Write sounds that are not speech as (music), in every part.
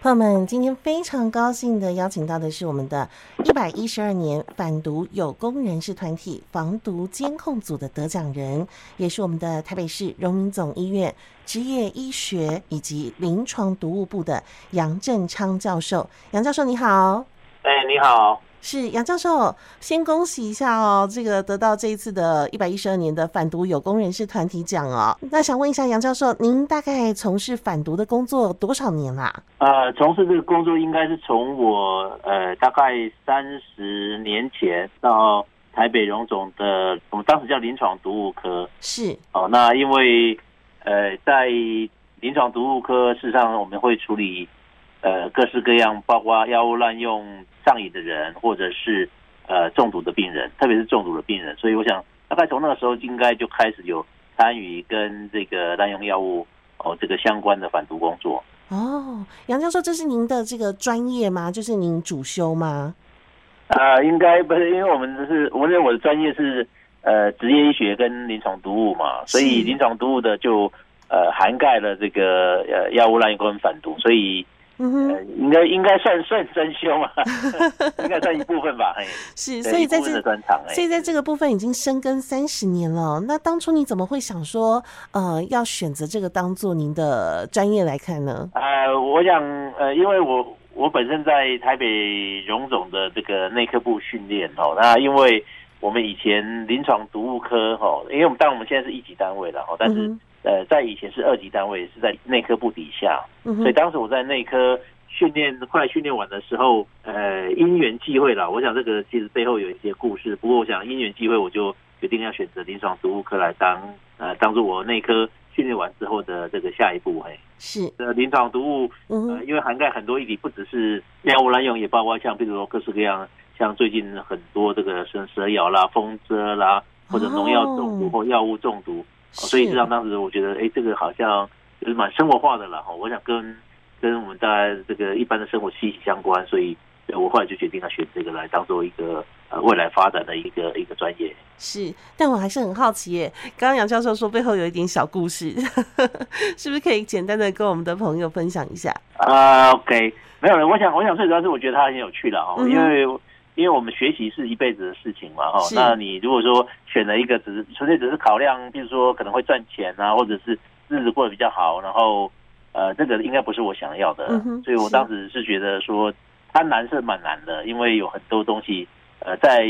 朋友们，今天非常高兴的邀请到的是我们的一百一十二年反毒有功人士团体防毒监控组的得奖人，也是我们的台北市荣民总医院职业医学以及临床毒物部的杨振昌教授。杨教授你好，哎，你好，是杨教授，先恭喜一下哦，这个得到这一次的一百一十二年的反毒有功人士团体奖哦。那想问一下杨教授，您大概从事反毒的工作多少年啦、呃，从事这个工作应该是从我呃大概三十年前到台北荣总的，我们当时叫临床毒物科是哦。那因为呃在临床毒物科，事实上我们会处理呃各式各样，包括药物滥用上瘾的人，或者是呃中毒的病人，特别是中毒的病人。所以我想，大概从那个时候应该就开始有参与跟这个滥用药物哦这个相关的反毒工作。哦，杨教授，这是您的这个专业吗？就是您主修吗？呃，应该不是，因为我们是，我认为我的专业是呃职业医学跟临床毒物嘛，所以是临床毒物的就呃涵盖了这个呃药物滥用跟反毒，所以嗯呃哼，应该应该算算真修嘛， (laughs) 应该算一部分吧，嘿，是，(laughs) 对所以一在部分这的，专长，哎所以在这个部分已经深耕三十年了。那当初你怎么会想说，呃，要选择这个当做您的专业来看呢？呃，我想呃，因为我我本身在台北荣总的这个内科部训练哦，那因为我们以前临床毒物科哦，因为我们当然我们现在是一级单位了哦，但是。嗯呃，在以前是二级单位，是在内科部底下，哼，嗯所以哼，当时我在内科训练，快训练完的时候，呃，因缘际会啦，我想这个其实背后有一些故事，不过我想因缘际会，我就决定要选择临床毒物科来当，呃，当做我内科训练完之后的这个下一步，嘿，是，呃，临床毒物，嗯呃，哼，因为涵盖很多议题，不只是药物滥用，也包括像比如说各式各样，像最近很多这个蛇蛇咬啦、风蛰啦，或者农药中毒哦或药物中毒。哦所以是实际上当时我觉得，哎，这个好像就是蛮生活化的了哈。我想跟跟我们大家这个一般的生活息息相关，所以呃我后来就决定要选这个来当做一个呃未来发展的一个一个专业。是，但我还是很好奇耶。刚刚杨教授说背后有一点小故事， (laughs) 是不是可以简单的跟我们的朋友分享一下？啊、o k 没有了。我想，我想最主要是我觉得它很有趣了哦，嗯哼因为因为我们学习是一辈子的事情嘛哈、哦是。那你如果说选了一个只是纯粹只是考量，比如说可能会赚钱啊，或者是日子过得比较好，然后呃，这个应该不是我想要的。嗯哼所以我是当时是觉得说它难是蛮难的，因为有很多东西呃在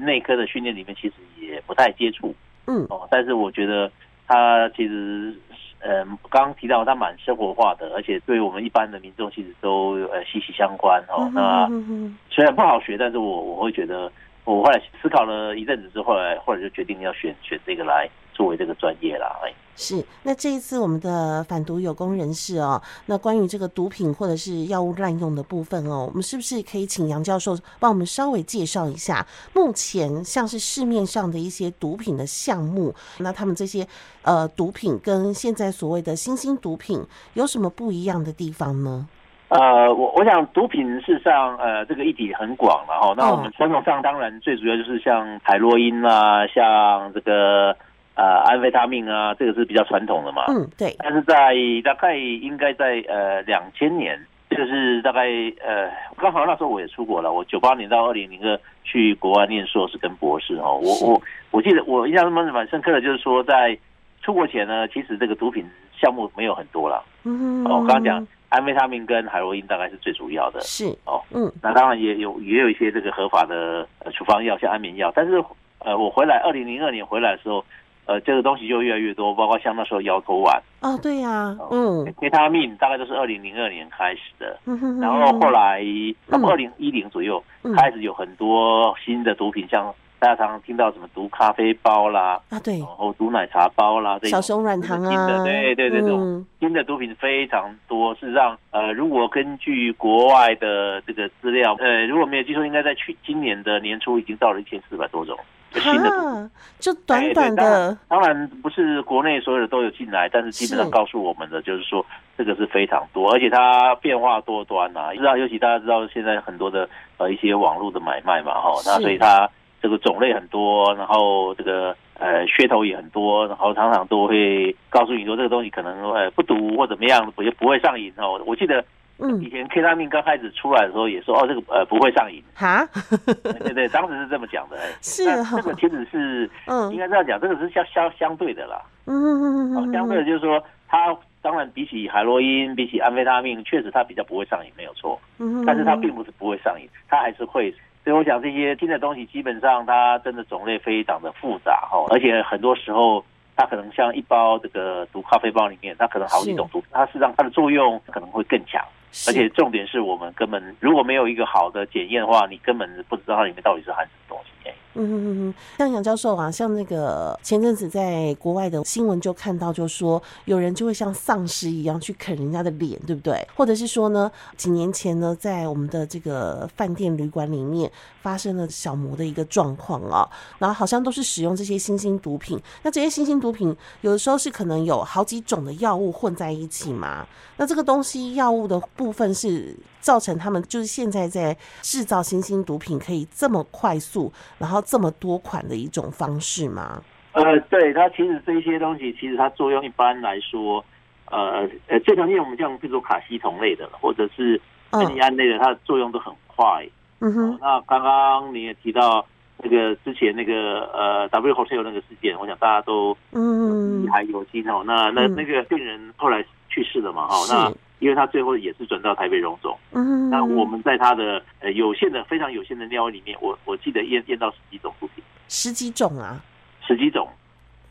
内科的训练里面其实也不太接触。嗯，哦，但是我觉得它其实，嗯、刚刚提到它蛮生活化的，而且对我们一般的民众其实都呃息息相关哦嗯。哼那嗯哼虽然不好学，但是我我会觉得，我后来思考了一阵子之后，后来后来就决定要选选这个来作为这个专业啦。哎，是，那这一次我们的反毒有功人士哦，那关于这个毒品或者是药物滥用的部分哦，我们是不是可以请杨教授帮我们稍微介绍一下，目前像是市面上的一些毒品的项目，那他们这些呃毒品跟现在所谓的新兴毒品有什么不一样的地方呢？呃，我我想毒品事实上，呃，这个议题很广了哈。那哦我们传统上当然最主要就是像海洛因啊，像这个呃安非他命啊，这个是比较传统的嘛。嗯，对，但是在大概应该在呃两千年，就是大概呃刚好那时候我也出国了，我九八年到二零零二去国外念硕士跟博士哦，我是我我记得我印象蛮蛮深刻的，就是说在出国前呢，其实这个毒品项目没有很多啦。嗯，哦，我刚刚讲安非他命跟海洛因大概是最主要的，是哦，嗯，那当然也有也有一些这个合法的呃处方药，像安眠药。但是呃，我回来二零零二年回来的时候，呃，这个东西就越来越多，包括像那时候摇头丸。哦，对呀、哦嗯， K 他命大概都是二零零二年开始的，嗯哼然后后来差不多二嗯零一零左右嗯开始有很多新的毒品，像大家常常听到什么毒咖啡包啦，啊，对然，后毒奶茶包啦，哦这种小熊软糖啊，新的对对对，这种嗯新的毒品非常多。事实上，呃，如果根据国外的这个资料，呃，如果没有记错，应该在去今年的年初已经到了一千四百多种就新的毒品。啊，就哎短对短当然的，当然不是国内所有的都有进来，但是基本上是告诉我们的就是说，这个是非常多，而且它变化多端呐、啊。知道，尤其大家知道现在很多的呃一些网络的买卖嘛，哈，那是所以它这个种类很多，然后这个呃噱头也很多，然后常常都会告诉你说这个东西可能呃不毒或怎么样，也不会上瘾哦。我记得嗯以，前 K 他命刚开始出来的时候也说哦，这个呃不会上瘾，哈， (laughs) 对对对，当时是这么讲的。哎是但哦这个其实是嗯应该这样讲，这个是相相相对的啦。嗯嗯嗯哦嗯，相对的就是说，它当然比起海洛因、比起安非他命，确实它比较不会上瘾，没有错。嗯，但是它并不是不会上瘾，它还是会。所以我想这些新的东西，基本上它真的种类非常的复杂哈、哦，而且很多时候它可能像一包这个毒咖啡包里面，它可能好几种毒，它事实上它的作用可能会更强。是而且重点是我们根本如果没有一个好的检验的话，你根本不知道它里面到底是含什么东西。哎嗯嗯嗯嗯，像杨教授啊，像那个前阵子在国外的新闻就看到，就说有人就会像丧尸一样去啃人家的脸，对不对？或者是说呢，几年前呢，在我们的这个饭店旅馆里面发生了小魔的一个状况啊，然后好像都是使用这些新兴毒品。那这些新兴毒品有的时候是可能有好几种的药物混在一起嘛，那这个东西药物的部分是造成他们就是现在在制造新兴毒品可以这么快速，然后这么多款的一种方式吗？呃，对它其实这些东西，其实它作用一般来说，呃呃，最常见我们像比如说卡西酮类的，或者是苯嗯乙胺类的，它的作用都很快。嗯哦哼，那刚刚你也提到那个之前那个呃 W Hotel 那个事件，我想大家都嗯忆，还犹新哦。那那嗯那个病人后来去世了嘛？哦，是那因为他最后也是转到台北荣总。嗯，那我们在他的呃有限的非常有限的尿液里面，我我记得验验到十几种毒品，十几种啊，十几种。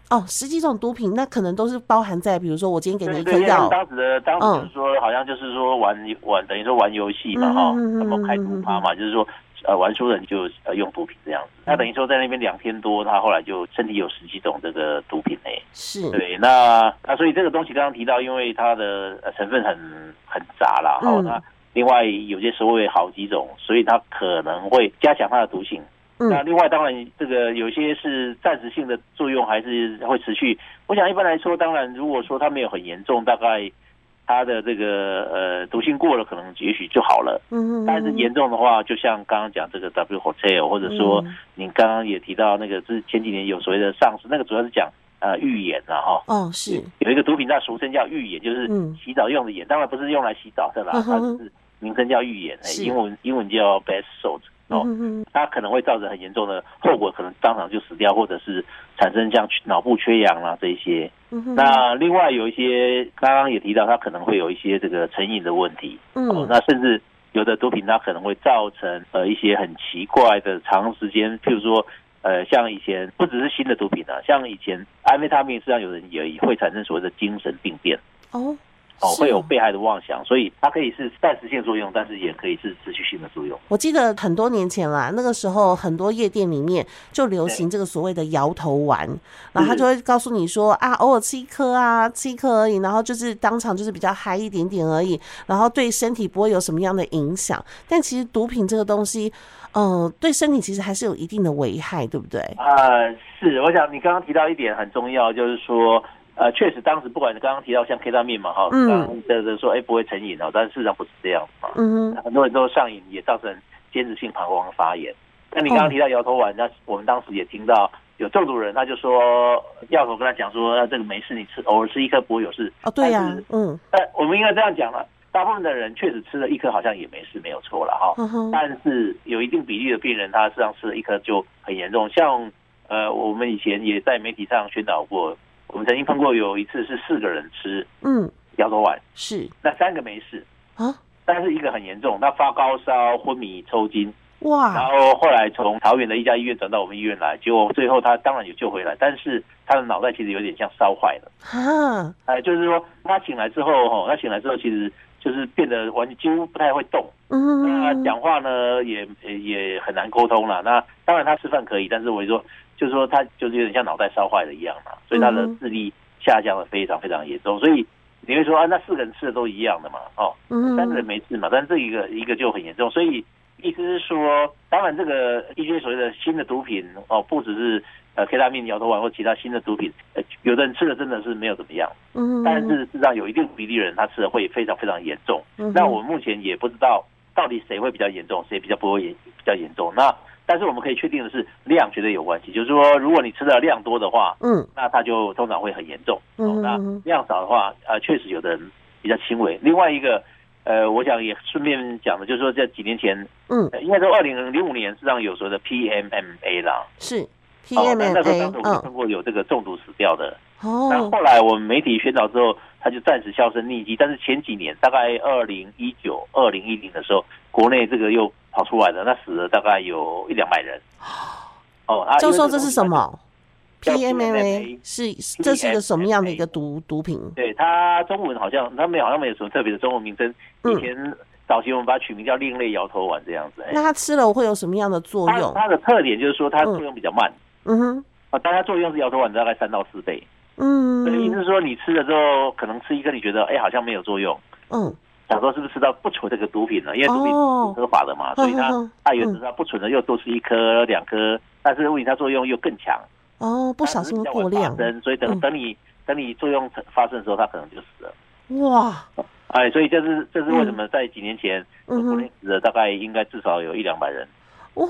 哦，十几种毒品，那可能都是包含在，比如说我今天给你对一对，颗因为他们药，当时的当时嗯就是说，好像就是说玩玩等于说玩游戏嘛哈，嗯嗯嗯那么开毒趴嘛，就是说呃玩输了你就呃用毒品这样子。那等于说在那边两天多，他后来就身体有十几种这个毒品嘞。是，对，那那所以这个东西刚刚提到，因为它的呃成分很很杂啦，哈、嗯那另外有些时候会有好几种，所以它可能会加强它的毒性。嗯那另外当然这个有些是暂时性的作用，还是会持续。我想一般来说，当然如果说它没有很严重，大概它的这个呃毒性过了，可能也许就好了。嗯，但是严重的话，就像刚刚讲这个 W hotel，或者说嗯你刚刚也提到那个，就是前几年有所谓的上市，那个主要是讲呃预演啦哈。哦，是，有一个毒品，它俗称叫浴盐，就是嗯洗澡用的盐，当然不是用来洗澡的啦，嗯它哼只是名称叫浴盐，哎是英文英文叫 bath salt 哦，嗯它可能会造成很严重的后果，可能当场就死掉，或者是产生像脑部缺氧啦、这一些。嗯，那另外有一些刚刚也提到，它可能会有一些这个成瘾的问题，哦嗯，那甚至有的毒品它可能会造成呃一些很奇怪的长时间，譬如说呃像以前不只是新的毒品啊，像以前安非他命实际上有人也会产生所谓的精神病变哦，哦，是会有被害的妄想，所以它可以是暂时性作用，但是也可以是持续性的作用。我记得很多年前啦，那个时候很多夜店里面就流行这个所谓的摇头丸，嗯然后他就会告诉你说啊，偶尔吃一颗啊，吃一颗而已，然后就是当场就是比较嗨一点点而已，然后对身体不会有什么样的影响。但其实毒品这个东西，嗯、对身体其实还是有一定的危害，对不对？呃，是，我想你刚刚提到一点很重要，就是说。呃，确实，当时不管你刚刚提到像 K 大命嘛，哈，嗯刚刚的的说，哎、不会成瘾哦，但是事实上不是这样嘛，嗯哼，很多人都上瘾，也造成间质性膀胱发炎。那你刚刚提到摇头丸，那我们当时也听到有中毒人，他就说药头跟他讲说，那这个没事，你吃偶尔吃一颗不会有事。哦，对呀、但是嗯，但我们应该这样讲了，大部分的人确实吃了一颗好像也没事，没有错了哈。哼嗯哼，但是有一定比例的病人，他实际上吃了一颗就很严重。像呃，我们以前也在媒体上宣导过，我们曾经碰过有一次是四个人吃嗯，摇头丸，是那三个没事，啊，但是一个很严重，他发高烧、昏迷、抽筋。然哇，后后来从桃园的一家医院转到我们医院来，结果最后他当然有救回来，但是他的脑袋其实有点像烧坏了，哈，哎、就是说他醒来之后，哦，他醒来之后其实就是变得完全几乎不太会动，那嗯，讲话呢也也也很难沟通了。那当然他吃饭可以，但是我就说就是说他就是有点像脑袋烧坏了一样嘛，所以他的嗯哼智力下降的非常非常严重，所以。你会说啊，那四个人吃的都一样的嘛？哦，嗯三个人没事嘛，但是这一个一个就很严重，所以意思是说，当然这个一些所谓的新的毒品哦，不只是呃 K 大命、摇头丸或其他新的毒品，呃，有的人吃了真的是没有怎么样，嗯，但是事实上有一定比例的人他吃了会非常非常严重。嗯哼那我们目前也不知道到底谁会比较严重，谁比较不会严比较严重。那但是我们可以确定的是，量绝对有关系，就是说如果你吃的量多的话，嗯那它就通常会很严重。哦嗯，那量少的话，呃，确实有的人比较轻微。另外一个，呃，我想也顺便讲的，就是说在几年前，嗯，呃应该说二零零五年实际上有所谓的 PMMA 啦，是哦，那那时 PMMA，候当时我们看过有这个中毒死掉的，嗯，但哦，后来我们媒体宣导之后，它就暂时销声匿迹。但是前几年，大概二零一九、二零一零的时候，国内这个又跑出来了，那死了大概有一两 (gasps) 百人。哦，啊教授这是什？么叫？PMMA PMMA 是这是一个什么样的一个 PMMA 毒毒品？因为这个东西对它中文好像它没有，好像没有什么特别的中文名称。嗯以前早期我们把它取名叫另类摇头丸这样子。哎那它吃了会有什么样的作它用？它的特点就是说它作用比较慢。嗯哼，啊，但它作用是摇头丸大概三到四倍，所以意嗯思是说你吃了之后，可能吃一个你觉得哎好像没有作用，嗯，想说是不是吃到不纯这个毒品了？因为毒品哦是合法的嘛，所以 (laughs) 它嗯它原则上不纯的又多吃一颗两颗，但是问题它作用又更强，哦，不小心它只是比较过晚量发，生，所以嗯等等你等你作用发生的时候，它可能就死了。哇，哎，所以这是这是为什么在几年前嗯国哼内，死了大概应该至少有一两百人，哦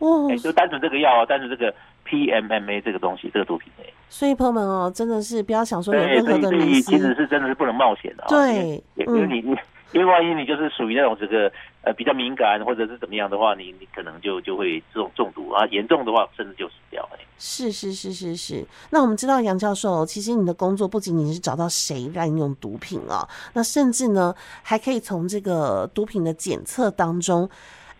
哦哎，，就单纯这个药啊，单纯这个 PMMA 这个东西，这个毒品哎，所以朋友们哦，真的是不要想说有对，任所何以的所迷以思其，实是真的是不能冒险的啊，因为对，因为嗯你你，因为万一你就是属于那种这个呃比较敏感或者是怎么样的话，你你可能就就会这种中毒啊，严重的话甚至就死掉。 (laughs) 哎是是是是是。那我们知道杨教授哦，其实你的工作不仅仅是找到谁滥用毒品哦，那甚至呢还可以从这个毒品的检测当中，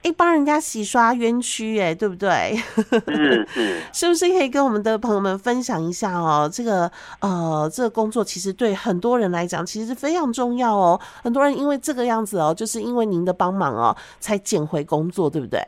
哎帮人家洗刷冤屈，哎，对不对？ (laughs) 是是，是不是可以跟我们的朋友们分享一下哦？这个呃，这个工作其实对很多人来讲其实非常重要哦。很多人因为这个样子哦，就是因为您的帮忙哦，才捡回工作，对不对？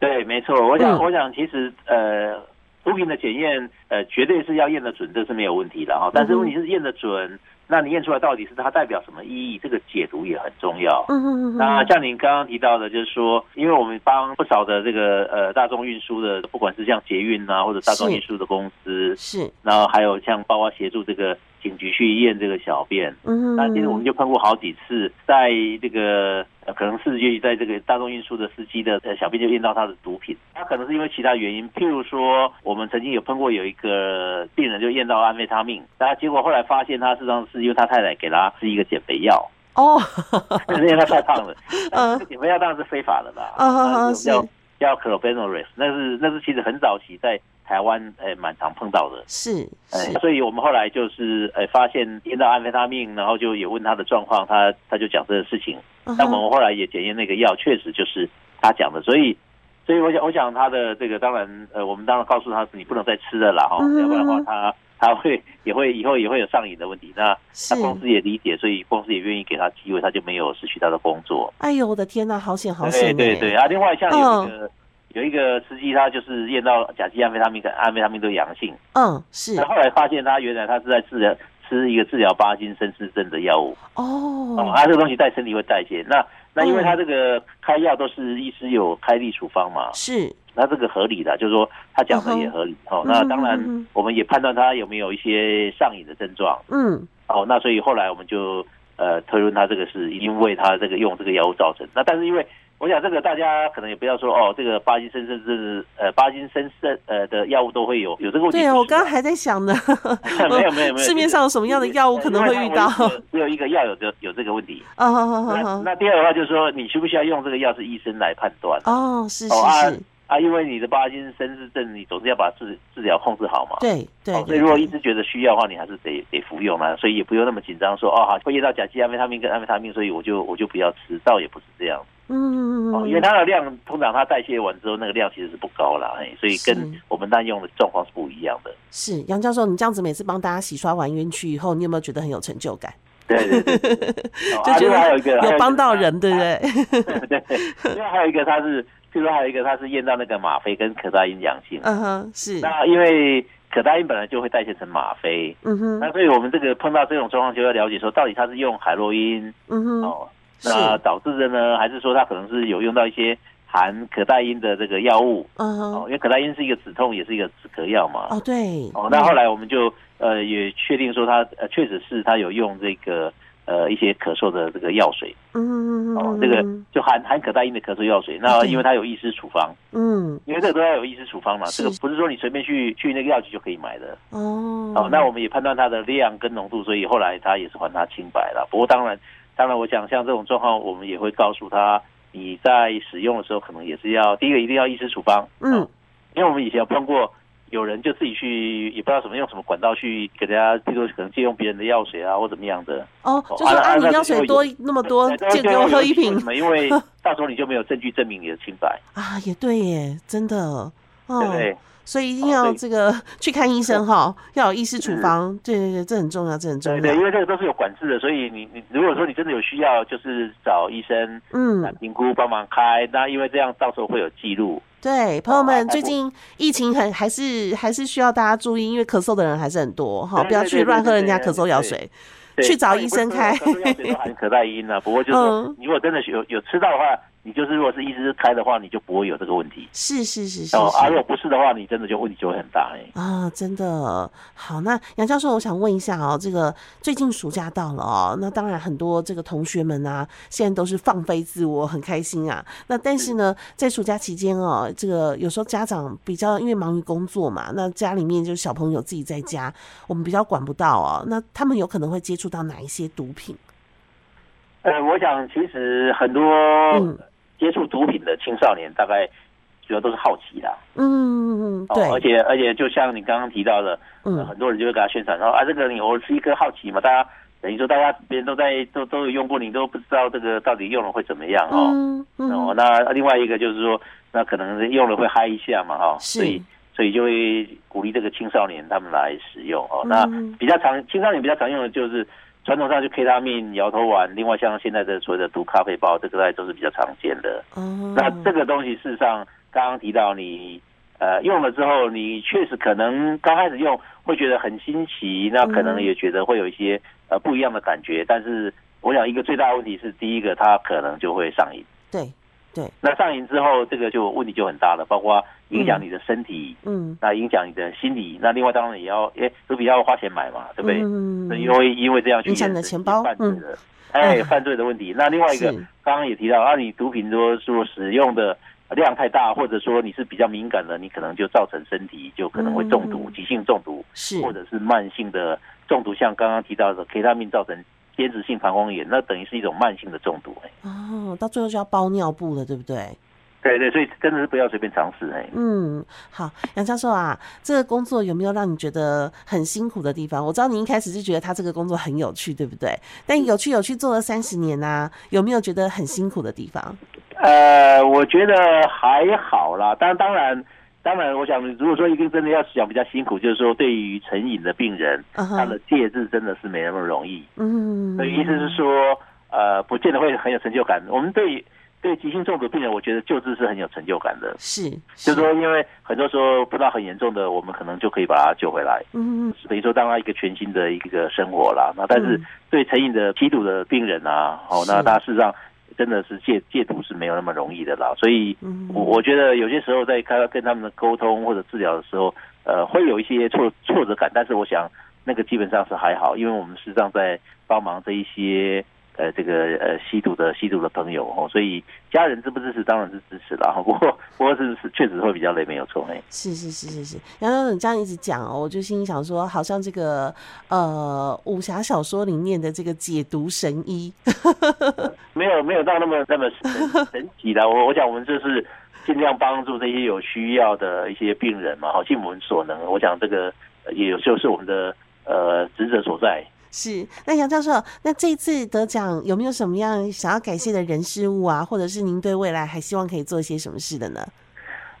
对，没错。我嗯想我想其实呃，毒品的检验呃绝对是要验得准，这是没有问题的哈。嗯但是问题是验得准，那你验出来到底是它代表什么意义，这个解读也很重要。嗯哼哼哼那像您刚刚提到的，就是说，因为我们帮不少的这个呃大众运输的，不管是像捷运啊，或者大众是运输的公司，是，然后还有像包括协助这个警局去验这个小便。嗯哼，那其实我们就碰过好几次，在这个、呃、可能是愿意在这个大众运输的司机的、呃、小便就验到他的毒品，他可能是因为其他原因，譬如说我们曾经有碰过有一个病人就验到安非他命，那结果后来发现他事实上是因为他太太给他吃一个减肥药，哦， (laughs) 因为他太胖了，嗯呃，减肥药当然是非法的啦，啊啊啊那是叫叫 c l o b e n o r i s 那是那是其实很早期在台湾呃蛮常碰到的。是哎是，，所以我们后来就是呃发现验到安非他命，然后就也问他的状况，他他就讲这个事情。嗯但我哼们后来也检验那个药，确实就是他讲的，所以。所以我想，我想他的这个当然，呃，我们当然告诉他是你不能再吃了啦，哈、嗯要不然的话他他会也会以后也会有上瘾的问题。那是那。公司也理解，所以公司也愿意给他机会，他就没有失去他的工作。哎呦，我的天呐，好险好对险！对对，，啊，另外像有嗯一个、有一个司机，他就是验到甲基安非他命跟安非他命都阳性，嗯，是那后来发现他原来他是在治疗吃一个治疗巴金森氏症的药物，哦，哦，他这个东西在身体会代谢。那那因为嗯他这个开药都是医师有开立处方嘛，是那这个合理的，就是说他讲的也合理。哦，那当然嗯嗯嗯嗯我们也判断他有没有一些上瘾的症状。嗯，哦，那所以后来我们就呃推论他这个是因为他这个用这个药物造成。那但是因为我想这个大家可能也不要说哦，这个巴金森甚至呃巴金森氏呃的药物都会有有这个问题。对啊，我刚刚刚还在想呢， (laughs) (laughs) 没有没有没有，市面上有什么样的药物可能会遇到？因为它唯一的只有一个药有这有这个问题。啊，好好好那好那第二的话就是说，你需不需要用这个药是医生来判断哦，是哦啊是是，啊？因为你的巴金森氏症，你总是要把治治疗控制好嘛。对对哦，所以如果对一直觉得需要的话，你还是得得服用啊啦、所以也不用那么紧张说，哦，好会验到甲基安非他命跟安非他命，所以我就我就不要吃，倒也不是这样嗯，哦，因为它的量通常它代谢完之后，那个量其实是不高啦，哎，所以跟是我们滥用的状况是不一样的。是杨教授，你这样子每次帮大家洗刷完冤屈以后，你有没有觉得很有成就感？对对对对， (laughs) 对哦啊就觉另外还有一个得还有有一帮个到啊人，对不对？ (laughs) (laughs) 对，对，另外还有一个它是，譬如说还有一个它是验到那个吗啡跟可待因阳性，嗯哼，是，那因为可待因本来就会代谢成吗啡，嗯哼，那所以我们这个碰到这种状况就要了解说，到底它是用海洛因嗯哼，哦，是那导致的呢，还是说它可能是有用到一些含可待因的这个药物嗯哦，哼，因为可待因是一个止痛，也是一个止咳药嘛。哦对，哦，那后来我们就呃也确定说它呃确实是它有用这个呃一些咳嗽的这个药水嗯，嗯哦嗯，这个嗯就含含可待因的咳嗽药水。那对因为它有医师处方，嗯，因为这个都要有医师处方嘛，是这个不是说你随便去去那个药局就可以买的。哦，哦，那我们也判断它的量跟浓度，所以后来他也是还他清白了。不过当然，当然，我想像这种状况，我们也会告诉他，你在使用的时候可能也是要第一个一定要医师处方，嗯，因为我们以前有碰过有人就自己去，也不知道什么用什么管道去给大家，譬如说可能借用别人的药水啊，或怎么样的。哦，哦就说啊啊，那你那药就水有多那么多哎，当然借给就我会喝有一为瓶什么？(laughs) 因为到时候你就没有证据证明你的清白，啊，也对耶，真的，对哦不，对？所以一定哦要对这个去看医生哈，要有医师处是方，对对对，这很重要，这很重对对，因要，为这个都是有管制的，所以你你如果说你真的有需要，就是找医生嗯来，评估帮忙开。那因为这样到时候会有记录，对，朋友哦们，还最不近疫情很还是还是需要大家注意，因为咳嗽的人还是很多哈，对不要对去对乱对喝对人家对咳嗽药对水。对去找那你医不生吃开可是药水都含可待因呢、不过就是说嗯你如果真的有有吃到的话，你就是如果是医师开的话，你就不会有这个问题。是是是是哦啊，如是果不是的话，你真的就问题就会很大哎、啊，真的好。那杨教授，我想问一下哦，这个最近暑假到了哦，那当然很多这个同学们啊，现在都是放飞自我，很开心啊。那但是嗯呢，在暑假期间哦，这个有时候家长比较因为忙于工作嘛，那家里面就小朋友自己在家，我们比较管不到哦。那他们有可能会接触到哪一些毒品？呃，我想其实很多哦嗯接触毒品的青少年，大概主要都是好奇啦。哦嗯，对，而且而且就像你刚刚提到的，呃嗯很多人就会给他宣传说啊，这个你偶尔吃一颗好奇嘛，大家等于说大家别人都在都都有用过，你都不知道这个到底用了会怎么样哦。嗯哦，嗯，那另外一个就是说，那可能用了会嗨一下嘛，哈、所是以所以就会鼓励这个青少年他们来使用哦。那嗯比较常青少年比较常用的就是传统上就 K 他命、摇头丸，另外像现在的所谓的毒咖啡包，这个大概都是比较常见的。哦，那这个东西事实上刚刚提到你。呃，用了之后，你确实可能刚开始用会觉得很新奇，那可能嗯也觉得会有一些呃不一样的感觉。但是，我想一个最大的问题是，第一个它可能就会上瘾。对，那上瘾之后，这个就问题就很大了，包括影响你的身体，嗯，那影响你的心理，那另外当然也要，哎，都比较花钱买嘛，对不对？嗯所以会因为这样去影响你的衍生钱包嗯犯罪的，哎，犯罪的问题。那另外一个是，刚刚也提到，啊，你毒品如果说使用的量太大，或者说你是比较敏感的，你可能就造成身体就可能会中毒，嗯急性中毒，是，或者是慢性的中毒，像刚刚提到的 K 他命造成间质性膀胱炎，那等于是一种慢性的中毒。哎哦，到最后就要包尿布了，对不对？对对，所以真的是不要随便尝试哎。嗯，好，杨教授啊，这个工作有没有让你觉得很辛苦的地方？我知道你一开始就觉得他这个工作很有趣，对不对？但有趣有趣做了三十年呐、有没有觉得很辛苦的地方？呃，我觉得还好啦，但当然，当然，我想如果说一个真的要讲比较辛苦，就是说对于成瘾的病人，嗯他的哼，戒治真的是没那么容易。嗯，所以意思是说，呃，不见得会很有成就感。我们对对急性中毒病人，我觉得救治是很有成就感的，是，就是是说，因为很多时候不到很严重的，我们可能就可以把他救回来。嗯，等于说让他一个全新的一个生活啦。那但是嗯对成瘾的吸毒的病人啊，哦，是那他事实上真的是戒戒毒是没有那么容易的啦。所以嗯我我觉得有些时候在跟跟他们的沟通或者治疗的时候，呃，会有一些挫挫折感，但是我想那个基本上是还好，因为我们事实上在帮忙这一些。呃，这个呃，吸毒的吸毒的朋友哦，所以家人支不支持当然是支持啦。 (laughs) 不过不过是是确实会比较累，没有错哎。是是是是是，杨教授你这样一直讲哦，我就心里想说，好像这个呃武侠小说里面的这个解毒神医，没有没有到那么那么神神奇的，我我想我们就是尽量帮助这些有需要的一些病人嘛，好，尽我们所能。我想这个呃也就是我们的呃职责所在。是，那杨教授，那这一次得奖有没有什么样想要感谢的人事物啊，或者是您对未来还希望可以做一些什么事的呢？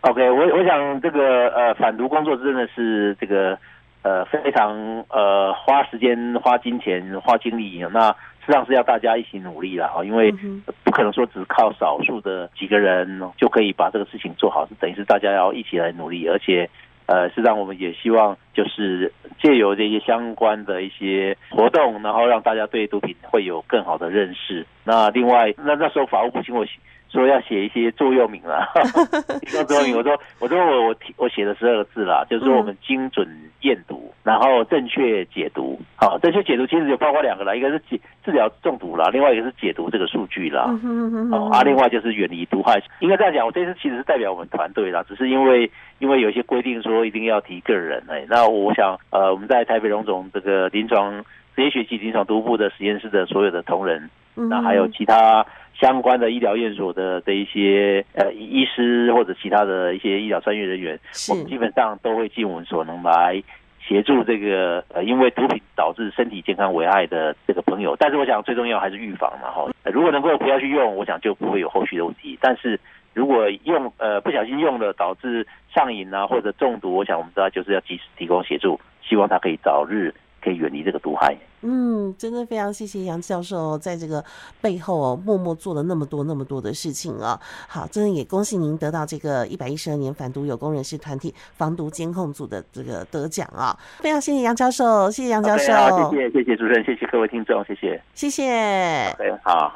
OK，我我想这个呃反毒工作真的是这个呃非常呃花时间、花金钱、花精力，那实际上是要大家一起努力啦，哈，因为嗯不可能说只靠少数的几个人就可以把这个事情做好，是等于是大家要一起来努力，而且呃，是让我们也希望就是借由这些相关的一些活动，然后让大家对毒品会有更好的认识。那另外，那那时候法务部请我写说要写一些座右铭啦， (laughs) 提供座右铭，我说我说我我提我写了十二个字啦，就是说我们精准验毒，然后正确解毒。好，正确解毒其实有包括两个啦，一个是解治疗中毒啦，另外一个是解读这个数据啦。嗯哼哼哦哼，啊，另外就是远离毒害。应该这样讲，我这次其实是代表我们团队啦，只是因为因为有一些规定说一定要提个人哎、那我想呃，我们在台北荣总这个临床职业学习临床毒物部的实验室的所有的同仁，嗯那还有其他相关的医疗院所的的一些呃医师或者其他的一些医疗专业人员，是我们基本上都会尽我们所能来协助这个呃因为毒品导致身体健康危害的这个朋友。但是我想最重要还是预防嘛哈、嗯呃如果能够不要去用，我想就不会有后续的问题。但是如果用呃不小心用了导致上瘾啊或者中毒，我想我们知道就是要及时提供协助，希望他可以早日可以远离这个毒害。嗯，真的非常谢谢杨教授哦在这个背后哦，默默做了那么多那么多的事情哦。好，真的也恭喜您得到这个一百一十二年反毒有功人士团体防毒监控组的这个得奖啊、非常谢谢杨教授，谢谢杨教 OK，授，好，谢谢谢谢主持人，谢谢各位听众，谢谢。谢谢 OK，好。